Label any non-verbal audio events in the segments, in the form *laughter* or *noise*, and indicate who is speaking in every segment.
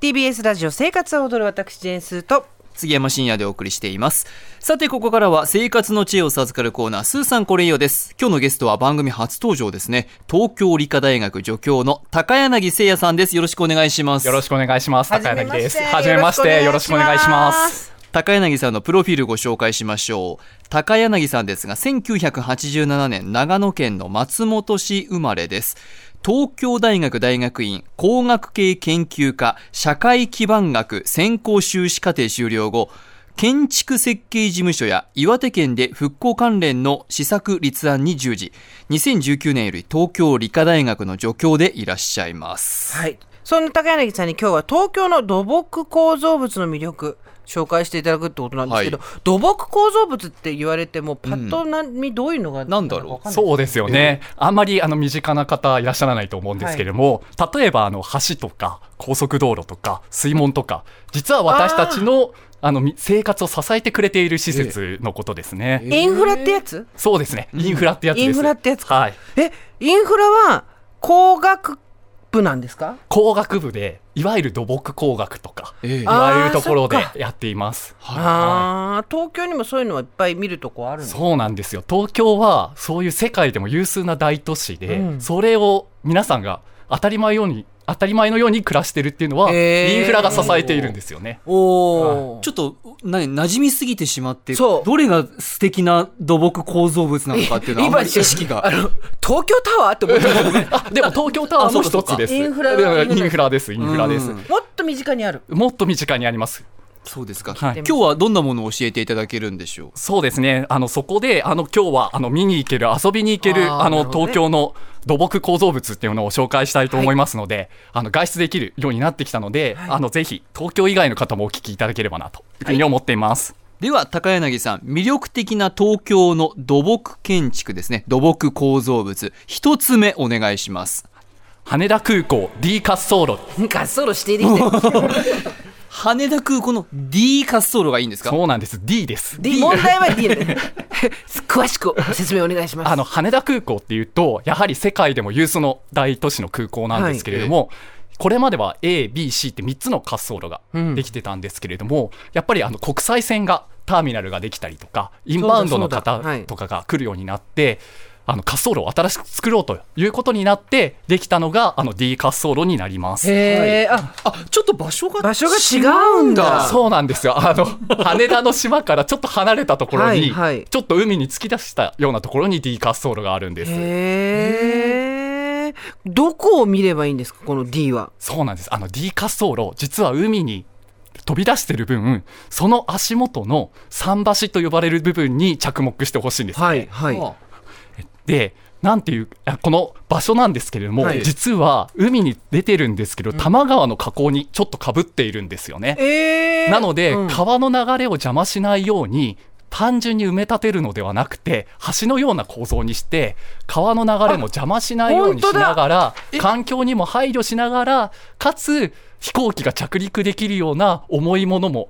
Speaker 1: TBS ラジオ生活を踊る私ジェーンスーと
Speaker 2: 杉山深夜でお送りしていますさてここからは生活の知恵を授かるコーナースーさんこれいいよです今日のゲストは番組初登場ですね東京理科大学助教の高柳誠也さんですよろしくお願いします
Speaker 3: よろしくお願いします。高柳です。はじめまし
Speaker 1: は
Speaker 3: て、
Speaker 1: じ
Speaker 3: よろしくお願いします。
Speaker 2: 高柳さんのプロフィールご紹介しましょう高柳さんですが1987年長野県の松本市生まれです東京大学大学院工学系研究科社会基盤学専攻修士課程修了後建築設計事務所や岩手県で復興関連の施策立案に従事2019年より東京理科大学の助教でいらっしゃいます
Speaker 1: はいそんな高柳さんに今日は東京の土木構造物の魅力紹介していただくってことなんですけど、土木構造物って言われてもパッとなみどういうのが
Speaker 2: なんだろう
Speaker 1: わかんない
Speaker 3: そうですよね。あんまりあの身近な方いらっしゃらないと思うんですけれども、例えばあの橋とか高速道路とか水門とか、実は私たちのあのみ生活を支えてくれている施設のことですね。
Speaker 1: インフラってやつ
Speaker 3: そうですね。インフラってやつです。
Speaker 1: インフラってやつか
Speaker 3: はい。
Speaker 1: えインフラは工学部なんですか
Speaker 3: 工学部でいわゆる土木工学とか、
Speaker 2: ええ
Speaker 3: いわゆるところ
Speaker 1: あ
Speaker 3: で
Speaker 1: ーそっ
Speaker 3: やっています。
Speaker 1: ああ東京にもそういうのはいっぱい見るとこあるんだ
Speaker 3: そうなんですよ東京はそういう世界でも有数な大都市で、
Speaker 1: うん
Speaker 3: それを皆さんが当たり前ように当たり前のように暮らしてるっていうのは、
Speaker 1: へー
Speaker 3: インフラが支えているんですよね。
Speaker 1: おお
Speaker 2: ちょっと、な、馴染みすぎてしまって、
Speaker 1: そう
Speaker 2: どれが素敵な土木構造物なのかっていうのは、あん
Speaker 3: *laughs*
Speaker 2: まり意
Speaker 1: 一瞬
Speaker 2: 識
Speaker 1: あ
Speaker 2: *laughs* が。
Speaker 1: の東京タワーって思ったもんね
Speaker 3: あでも東京タワーも一つです。
Speaker 1: あそうかそうかインフラ
Speaker 3: だからインフラですインフラです。
Speaker 2: うん
Speaker 1: もっと身近にある
Speaker 3: もっと身近にあります。
Speaker 2: そうですか。
Speaker 3: はい
Speaker 2: 今日はどんなものを教えていただけるんでしょ
Speaker 3: そうですね。あのそこであの今日はあの見に行ける遊びに行ける
Speaker 2: あー
Speaker 3: あ
Speaker 2: な
Speaker 3: の
Speaker 2: るほどね
Speaker 3: 東京の土木構造物っていうのを紹介したいと思いますので、あの外出できるようになってきたので、あのぜひ東京以外の方もお聞きいただければなというふうに思っています。
Speaker 2: う。では、高柳さん、魅力的な東京の土木建築ですね。土木構造物。一つ目お願いします。
Speaker 3: 羽田空港 D 滑走路
Speaker 1: 滑走路してできてる
Speaker 2: 羽田空港の D 滑走路がいいんですか
Speaker 3: そうなんです D です
Speaker 1: 問題は D *laughs* ね詳しく説明お願いします
Speaker 3: あの羽田空港っていうとやはり世界でも有数の大都市の空港なんですけれども、これまでは ABC って3つの滑走路ができてたんですけれども、やっぱりあの国際線がターミナルができたりとかインバウンドの
Speaker 1: そうだそうだは
Speaker 3: 方
Speaker 1: い
Speaker 3: とかが来るようになって、あの滑走路を新しく作ろうということになってできたのがあの D 滑走路になります。
Speaker 1: へえあ
Speaker 2: あ、ちょっと場所が
Speaker 1: 場所が違うんだ
Speaker 3: そうなんですよ。あ
Speaker 1: *laughs*
Speaker 3: の、羽田の島からちょっと離れたところに、
Speaker 1: はいはい
Speaker 3: ちょっと海に突き出したようなところに D 滑走路があるんです。
Speaker 1: へえどこを見ればいいんですかこの D は
Speaker 3: そうなんです。あの D 滑走路、実は海に飛び出してる分、その足元の桟橋と呼ばれる部分に着目してほしいんです。
Speaker 1: はいはい
Speaker 2: あ
Speaker 3: で、なんていう、あこの場所なんですけれども、
Speaker 1: はい
Speaker 3: 実は海に出てるんですけど、多摩川の河口にちょっとかぶっているんですよね。
Speaker 1: えー
Speaker 3: なので、
Speaker 1: うん
Speaker 3: 川の流れを邪魔しないように単純に埋め立てるのではなくて橋のような構造にして川の流れも邪魔しないようにし
Speaker 1: あ本当だ
Speaker 3: ながら環境にも配慮しながらかつ飛行機が着陸できるような重いものも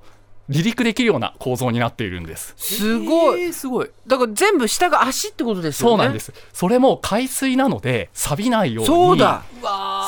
Speaker 3: 離陸できるような構造になっているんです。
Speaker 1: すごい
Speaker 2: えーすごい。
Speaker 1: だから全部下が足ってことですよね
Speaker 3: そうなんです。それも海水なので錆びないように
Speaker 1: そうだ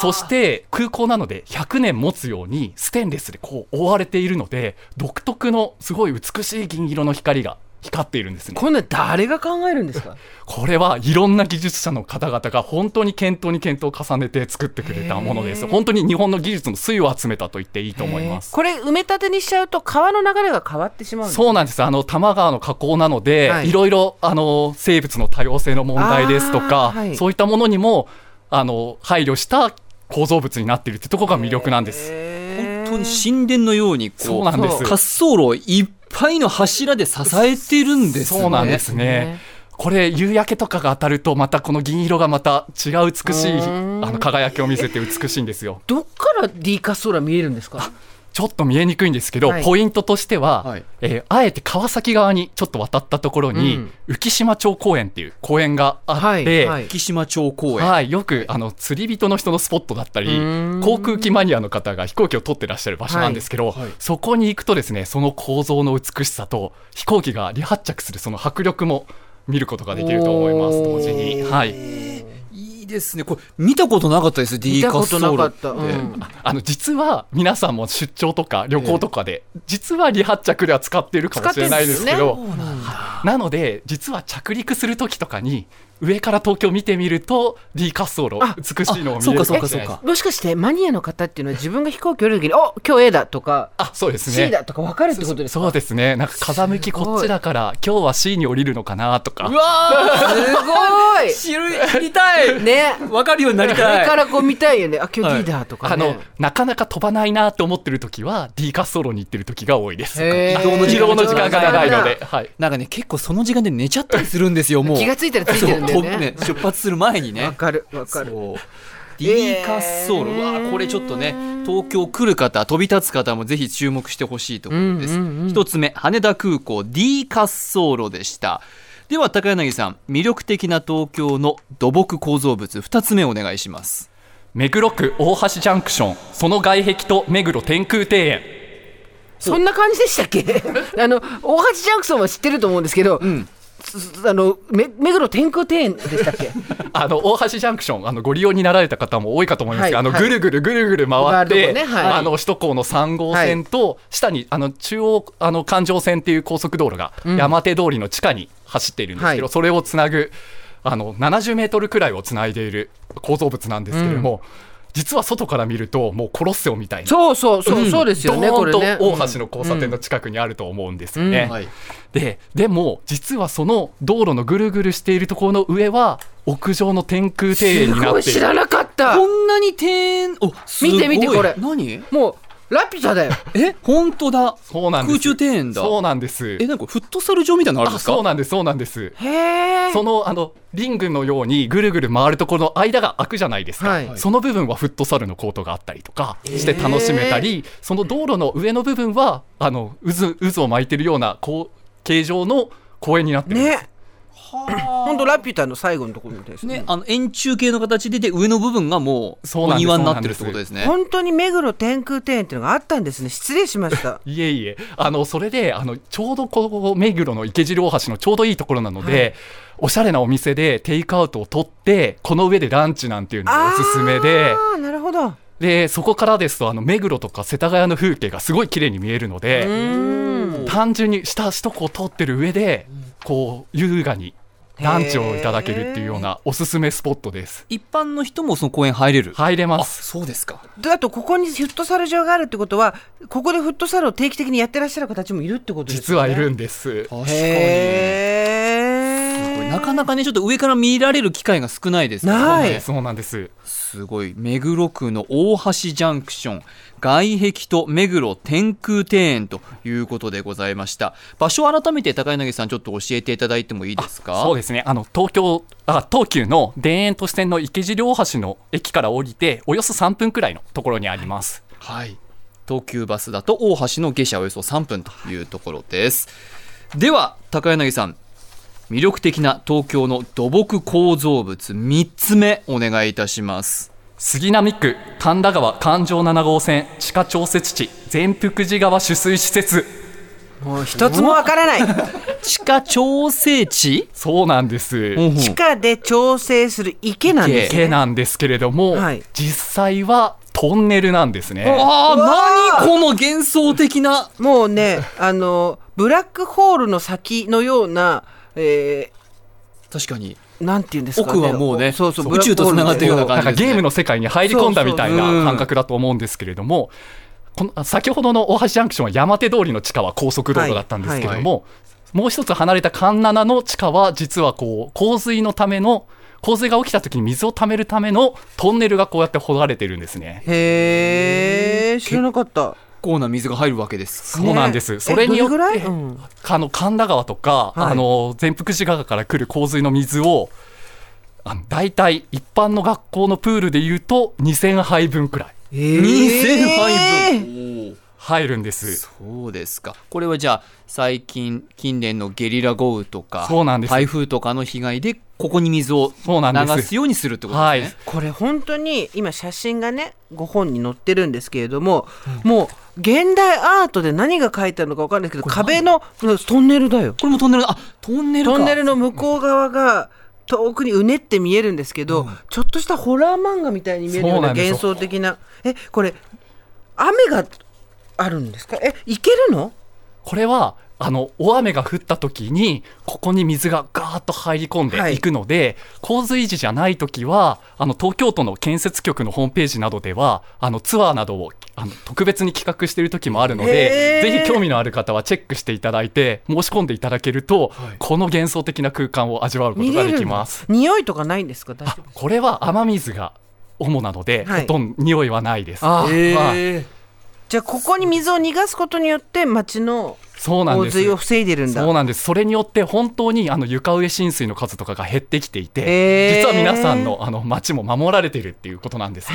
Speaker 3: そして空港なので100年持つようにステンレスでこう覆われているので独特のすごい美しい銀色の光が光っているんですね。
Speaker 1: こんなん誰が考えるんですか
Speaker 3: これはいろんな技術者の方々が本当に検討に検討を重ねて作ってくれたものです。本当に日本の技術の粋を集めたと言っていいと思います。
Speaker 1: これ埋め立てにしちゃうと川の流れが変わってしまうんですか
Speaker 3: そうなんです。あの、多摩川の河口なので、
Speaker 1: はい
Speaker 3: い、ろいろ、あの、生物の多様性の問題ですと
Speaker 1: あー
Speaker 3: か、
Speaker 1: はい
Speaker 3: そういったものにも、あの、配慮した構造物になっているってところが魅力なんです。
Speaker 1: へ
Speaker 2: 本
Speaker 1: ー
Speaker 2: 当に神殿のように、こう、
Speaker 3: そうなんです。
Speaker 2: 滑走路をいっぱいの柱で支えてるんですね。
Speaker 3: そうなんですね。
Speaker 1: ね
Speaker 3: これ夕焼けとかが当たるとまたこの銀色がまた違う美しいあ
Speaker 1: ん
Speaker 3: の輝きを見せて美しいんですよ。
Speaker 1: どっから D 滑走路見えるんですか
Speaker 3: ちょっと見えにくいんですけど、
Speaker 1: はい
Speaker 3: ポイントとしては、
Speaker 2: はい
Speaker 3: えーあえて川崎側にちょっと渡ったところに、
Speaker 1: うん
Speaker 3: 浮島町公園っていう公園があって、
Speaker 1: は
Speaker 3: はいい
Speaker 2: 木島町公園。
Speaker 3: よくあの釣り人の人のスポットだったり
Speaker 1: うん
Speaker 3: 航空機マニアの方が飛行機を撮ってらっしゃる場所なんですけど、
Speaker 2: はいはい
Speaker 3: そこに行くとですねその構造の美しさと飛行機が離発着するその迫力も見ることができると思います
Speaker 1: おー
Speaker 3: 同時に。はい
Speaker 2: いいですねこれ見たことなかったです D
Speaker 1: 見た
Speaker 2: 滑
Speaker 1: こ
Speaker 2: 走
Speaker 1: とな
Speaker 2: 路
Speaker 1: か
Speaker 2: っ、
Speaker 1: ってた、うん、
Speaker 3: あの実は皆さんも出張とか旅行とかで、実は離発着では使っているかもしれないですけ
Speaker 1: 使
Speaker 3: ど
Speaker 1: ってるんですよね
Speaker 3: なので実は着陸する時とかに上から東京見てみると D 滑走路
Speaker 1: あ
Speaker 3: 美しいのを見
Speaker 2: そうか
Speaker 3: れる
Speaker 2: そう
Speaker 3: も
Speaker 2: か
Speaker 3: し
Speaker 2: そ
Speaker 3: れ
Speaker 2: う
Speaker 3: ないです
Speaker 2: か
Speaker 1: もしかしてマニアの方っていうのは自分が飛行機降りる時に「お今日 A だ」とか
Speaker 3: あそう
Speaker 1: 「
Speaker 3: です
Speaker 1: C
Speaker 3: ね
Speaker 1: だ」とか分かるってことですか
Speaker 3: そうですねなんか風向きこっちだから今日は C に降りるのかなとか
Speaker 2: うわ
Speaker 1: すご
Speaker 2: ー知る知りたい
Speaker 1: いね
Speaker 2: わかるようになり
Speaker 1: これか
Speaker 2: たい
Speaker 1: らこう見たいよね「あ今日 D だ」と
Speaker 3: あ
Speaker 1: かね、
Speaker 3: のなかなか飛ばないなと思ってる時は D 滑走路に行ってる時が多いです
Speaker 1: へー
Speaker 2: 移動の
Speaker 3: 移動の時間が長いの
Speaker 1: そうなん
Speaker 3: で
Speaker 1: だ、
Speaker 3: はい、
Speaker 2: なんかね結構その時間で寝ちゃったりするんですよも
Speaker 1: *laughs*
Speaker 2: う
Speaker 1: 気がついたらついてるんだよ
Speaker 2: そうと
Speaker 1: ね
Speaker 2: 出発する前にね
Speaker 1: わかるわかる
Speaker 2: そう
Speaker 1: え
Speaker 2: D
Speaker 1: ー
Speaker 2: 滑走路、わあこれちょっとね東京来る方飛び立つ方もぜひ注目してほしいところです、
Speaker 1: う
Speaker 2: 一
Speaker 1: んうんうん
Speaker 2: つ目羽田空港 D 滑走路でしたでは高柳さん魅力的な東京の土木構造物2つ目お願いします
Speaker 3: 目黒区大橋ジャンクションその外壁と目黒天空庭園
Speaker 1: そんな感じでしたっけあの大橋ジャンクソンは知ってると思うんですけど、つあのめ目黒天空庭園でしたっけ
Speaker 3: *laughs* あの大橋ジャンクションあのご利用になられた方も多いかと思いますが、
Speaker 1: はい
Speaker 3: あの
Speaker 1: はい
Speaker 3: ぐるぐるぐるぐる回っ
Speaker 1: 回
Speaker 3: て、
Speaker 1: るとこねはい
Speaker 3: あの首都高の3号線と、下にあの中央あの環状線っていう高速道路が山手通りの地下に走っているんですけど、
Speaker 1: はい
Speaker 3: それをつなぐあの70メートルくらいをつないでいる構造物なんですけれども、実は外から見るともうコロッセオみたいな。
Speaker 1: そうそうそう、そうですよね
Speaker 3: ドー
Speaker 1: こ
Speaker 3: ン
Speaker 1: れ
Speaker 3: と
Speaker 1: ね
Speaker 3: 大橋の交差点の近くにあると思うんですよね。
Speaker 1: うん
Speaker 2: はい
Speaker 3: ででも実はその道路のぐるぐるしているところの上は屋上の天空庭園に
Speaker 1: す
Speaker 3: な
Speaker 1: ご
Speaker 3: っ
Speaker 1: い
Speaker 3: てい
Speaker 1: 知
Speaker 3: る
Speaker 1: らなかった
Speaker 2: こんなに庭園おすごい
Speaker 1: 見て見てこれ
Speaker 2: 何
Speaker 1: もうラピュタだよ
Speaker 2: え本当だ
Speaker 3: そうなんです
Speaker 2: 空中庭園だ
Speaker 3: そうなんです
Speaker 2: えなんかフットサル場みたいなのあるん
Speaker 3: あ
Speaker 2: ですか
Speaker 3: そうなんですそうなんです
Speaker 1: へえ
Speaker 3: そのあのリングのようにぐるぐる回るところの間が空くじゃないですか、
Speaker 1: はい
Speaker 3: その部分はフットサルのコートがあったりとかして楽しめたり、その道路の上の部分はあの渦渦を巻いてるようなこう形状の公園になってるんです、
Speaker 1: ねほんとラピュタの最後のところみたいですね
Speaker 2: ね、あの円柱形の形でで上の部分がもう
Speaker 3: そう
Speaker 2: お
Speaker 3: なんです
Speaker 2: 庭になってるってことですね。
Speaker 1: 本当に目黒天空庭園っていうのがあったんですね失礼しました *laughs*
Speaker 3: いえいえ、あのそれであのちょうどこう目黒の池尻大橋のちょうどいいところなので、おしゃれなお店でテイクアウトを取ってこの上でランチなんていうのがおすすめで
Speaker 1: ああなるほど
Speaker 3: でそこからですとあの目黒とか世田谷の風景がすごい綺麗に見えるの
Speaker 1: う
Speaker 3: で、
Speaker 1: ーん
Speaker 3: 単純に下首都高を通ってる上でこう優雅にランチをいただけるっていうようなおすすめスポットです。
Speaker 2: 一般の人もその公園入れる。
Speaker 3: 入れ
Speaker 2: あ、
Speaker 3: ます
Speaker 2: そうですか。
Speaker 1: であとここにフットサル場があるってことはここでフットサルを定期的にやってらっしゃる方たちもいるってことです
Speaker 3: 実
Speaker 1: よ
Speaker 3: は
Speaker 1: ね
Speaker 3: いるんです。
Speaker 2: 確かに。
Speaker 1: へ
Speaker 2: こ
Speaker 1: ー
Speaker 2: れなかなかね、ちょっと上から見られる機会が少ないですからね。
Speaker 1: な
Speaker 3: はい
Speaker 1: い
Speaker 3: そうなんです。
Speaker 2: すごい。目黒区の大橋ジャンクション、外壁と目黒天空庭園ということでございました。場所を改めて高柳さん、ちょっと教えていただいてもいいですか
Speaker 3: そうですね。あの東京あ東急の田園都市線の池尻大橋の駅から降りておよそ3分くらいのところにあります。
Speaker 2: はい、東急バスだと大橋の下車およそ3分というところですでは高柳さん魅力的な東京の土木構造物3つ目お願いいたします
Speaker 3: 杉並区神田川環状7号線地下調節池全福寺川取水施設。
Speaker 1: もう一 *laughs* つもわからない
Speaker 2: 地下調整池
Speaker 3: そうなんです。
Speaker 1: 地下で調整する池なんです
Speaker 3: 池なんですけれども、
Speaker 1: はい
Speaker 3: 実際はトンネルなんですね。
Speaker 2: ああ何この幻想的な
Speaker 1: もうねあのブラックホールの先のような、え
Speaker 2: 確かに
Speaker 1: ー、なんて言うんですか、ね、
Speaker 2: 奥はもうね
Speaker 1: そうそう
Speaker 2: 宇宙と繋がってるような
Speaker 3: なんか
Speaker 2: 感じですね
Speaker 3: ゲームの世界に入り込んだみたいな
Speaker 2: そうそううん
Speaker 3: 感覚だと思うんですけれども、このあ先ほどの大橋ジャンクションは山手通りの地下は高速道路だったんですけれども、もう一つ離れた環七の地下は実はこう洪水のための洪水が起きた時に水をためるためのトンネルがこうやって掘られてるんですね。
Speaker 1: へえ知らなかった
Speaker 2: コーナー水が入るわけです
Speaker 3: そうなんです
Speaker 1: ねえ
Speaker 3: それによっ
Speaker 1: ど
Speaker 3: て
Speaker 1: れぐらいうん
Speaker 3: あの神田川とか、
Speaker 1: はい
Speaker 3: あの全福寺川から来る洪水の水をあの大体一般の学校のプールでいうと2000杯分くらい
Speaker 1: え
Speaker 2: 2000
Speaker 1: ー
Speaker 2: 杯分、おー
Speaker 3: 入るんです。
Speaker 2: そうですか。これはじゃあ最近近年のゲリラ豪雨とか
Speaker 3: そうなんです
Speaker 2: 台風とかの被害でここに水を
Speaker 3: そうなんです
Speaker 2: 流すようにするってこと
Speaker 3: は
Speaker 2: で
Speaker 3: い
Speaker 2: すね。
Speaker 1: これ本当に今写真がねご本に載ってるんですけれども、もう現代アートで何が書いてあるのかわかんないですけど壁のうんトンネルだよ
Speaker 2: これもトンネルあトンネルか。
Speaker 1: トンネルの向こう側が遠くにうねって見えるんですけど、ちょっとしたホラー漫画みたいに見えるような
Speaker 3: そうなんですよ
Speaker 1: 幻想的なえこれ雨があるんですかえ行けるの
Speaker 3: これはあの大雨が降った時にここに水がガーッと入り込ん
Speaker 1: は
Speaker 3: で
Speaker 1: い
Speaker 3: いくので、洪水時じゃない時はあの東京都の建設局のホームページなどではあのツアーなどをあの特別に企画している時もあるの
Speaker 1: へー
Speaker 3: でぜひ興味のある方はチェックしていただいて申し込んでいただけると、
Speaker 2: はい
Speaker 3: この幻想的な空間を味わうこと
Speaker 1: 見
Speaker 3: が
Speaker 1: れ
Speaker 3: で
Speaker 1: る
Speaker 3: き
Speaker 1: の
Speaker 3: ます。
Speaker 1: 匂いとかないんですか大丈夫
Speaker 3: これは雨水が主なので、
Speaker 1: はい
Speaker 3: ほとんど匂いはないです。
Speaker 1: あ
Speaker 2: え
Speaker 3: はい
Speaker 2: ー
Speaker 1: じゃあここに水を逃がすことによって町の
Speaker 3: そうなん
Speaker 1: 洪
Speaker 3: です
Speaker 1: 水を防いでるんだ
Speaker 3: そうなんですそれによって本当にあの床上浸水の数とかが減ってきていて、
Speaker 1: へー
Speaker 3: 実は皆さんのあの町も守られているっていうことなんです。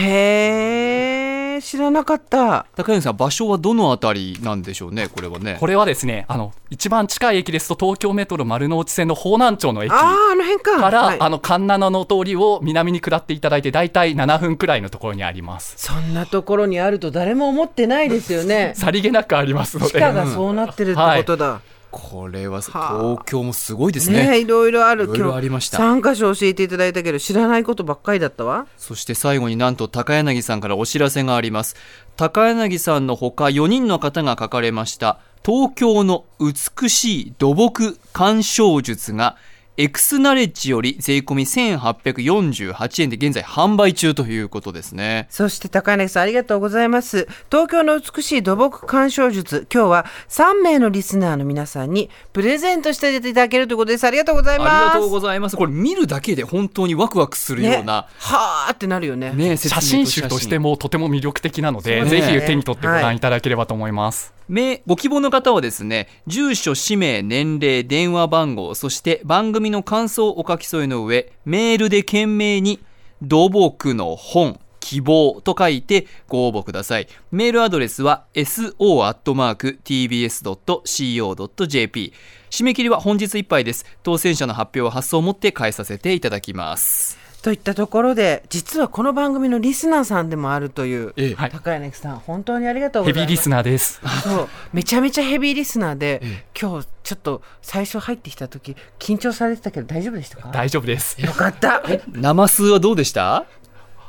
Speaker 1: へえ知らなかった
Speaker 2: 高柳さん場所はどのあたりなんでしょうねこれはね
Speaker 3: これはですねあの一番近い駅ですと東京メトロ丸の内線の方南町の駅か
Speaker 1: あああの辺か
Speaker 3: ら、
Speaker 1: はい
Speaker 3: あの環七の通りを南に下っていただいて大体7分くらいのところにあります。
Speaker 1: そんなところにあると誰も思ってないですよ
Speaker 3: *laughs*
Speaker 1: ね
Speaker 3: さりげなくありますの
Speaker 1: 地
Speaker 3: で
Speaker 1: 下がそうなってるってことだ、
Speaker 2: これは
Speaker 1: はあ
Speaker 2: 東京もすごいです
Speaker 1: ね
Speaker 2: ね
Speaker 1: いろいろある
Speaker 2: いろいろありました
Speaker 1: 3箇所教えていただいたけど知らないことばっかりだったわ
Speaker 2: そして最後になんと高柳さんからお知らせがあります高柳さんのほか4人の方が書かれました東京の美しい土木鑑賞術がエクスナレッジより税込み1848円で現在販売中ということですね
Speaker 1: そして高柳さんありがとうございます。東京の美しい土木鑑賞術、今日は3名のリスナーの皆さんにプレゼントしていただけるということです。ありがとうござい
Speaker 2: あり
Speaker 1: ます。
Speaker 2: がとうございますこれ見るだけで本当にワクワクするような
Speaker 1: ね、はーってなるよね。
Speaker 2: ね
Speaker 3: 写真集として
Speaker 2: も
Speaker 3: もとても魅力的なので、
Speaker 2: そうです
Speaker 3: ぜ
Speaker 2: ね
Speaker 3: ひ手に取ってご覧いただければと思います。
Speaker 2: 名ご希望の方はですね住所氏名年齢電話番号そして番組の感想をお書き添えの上メールで懸命に「土木の本希望」と書いてご応募くださいメールアドレスは so.tbs.co.jp 締め切りは本日いっぱいです当選者の発表は発送をもって返させていただきます
Speaker 1: といったところで、実はこの番組のリスナーさんでもあるという。
Speaker 2: え
Speaker 3: はい
Speaker 1: 高柳さん、本当にありがとうご
Speaker 3: ヘ
Speaker 1: ざいま
Speaker 3: ビー
Speaker 1: す。
Speaker 3: リスナーです。
Speaker 1: そうめちゃめちゃヘビーリスナーで、
Speaker 2: え
Speaker 1: 今日ちょっと最初入ってきた時緊張されてたけど大丈夫でしたか
Speaker 3: 大丈夫です。
Speaker 1: よかった
Speaker 2: 生数はどうでした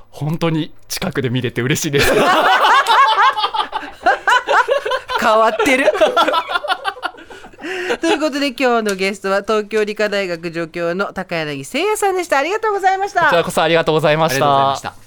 Speaker 3: 本当に近くで見れて嬉しいです。
Speaker 1: 変わってるということで今日のゲストは東京理科大学助教の高柳誠也さんでしたありがとうございました
Speaker 3: こちらこそありがとうございま
Speaker 2: あり
Speaker 3: し
Speaker 2: がとうござい
Speaker 3: た
Speaker 2: まし。た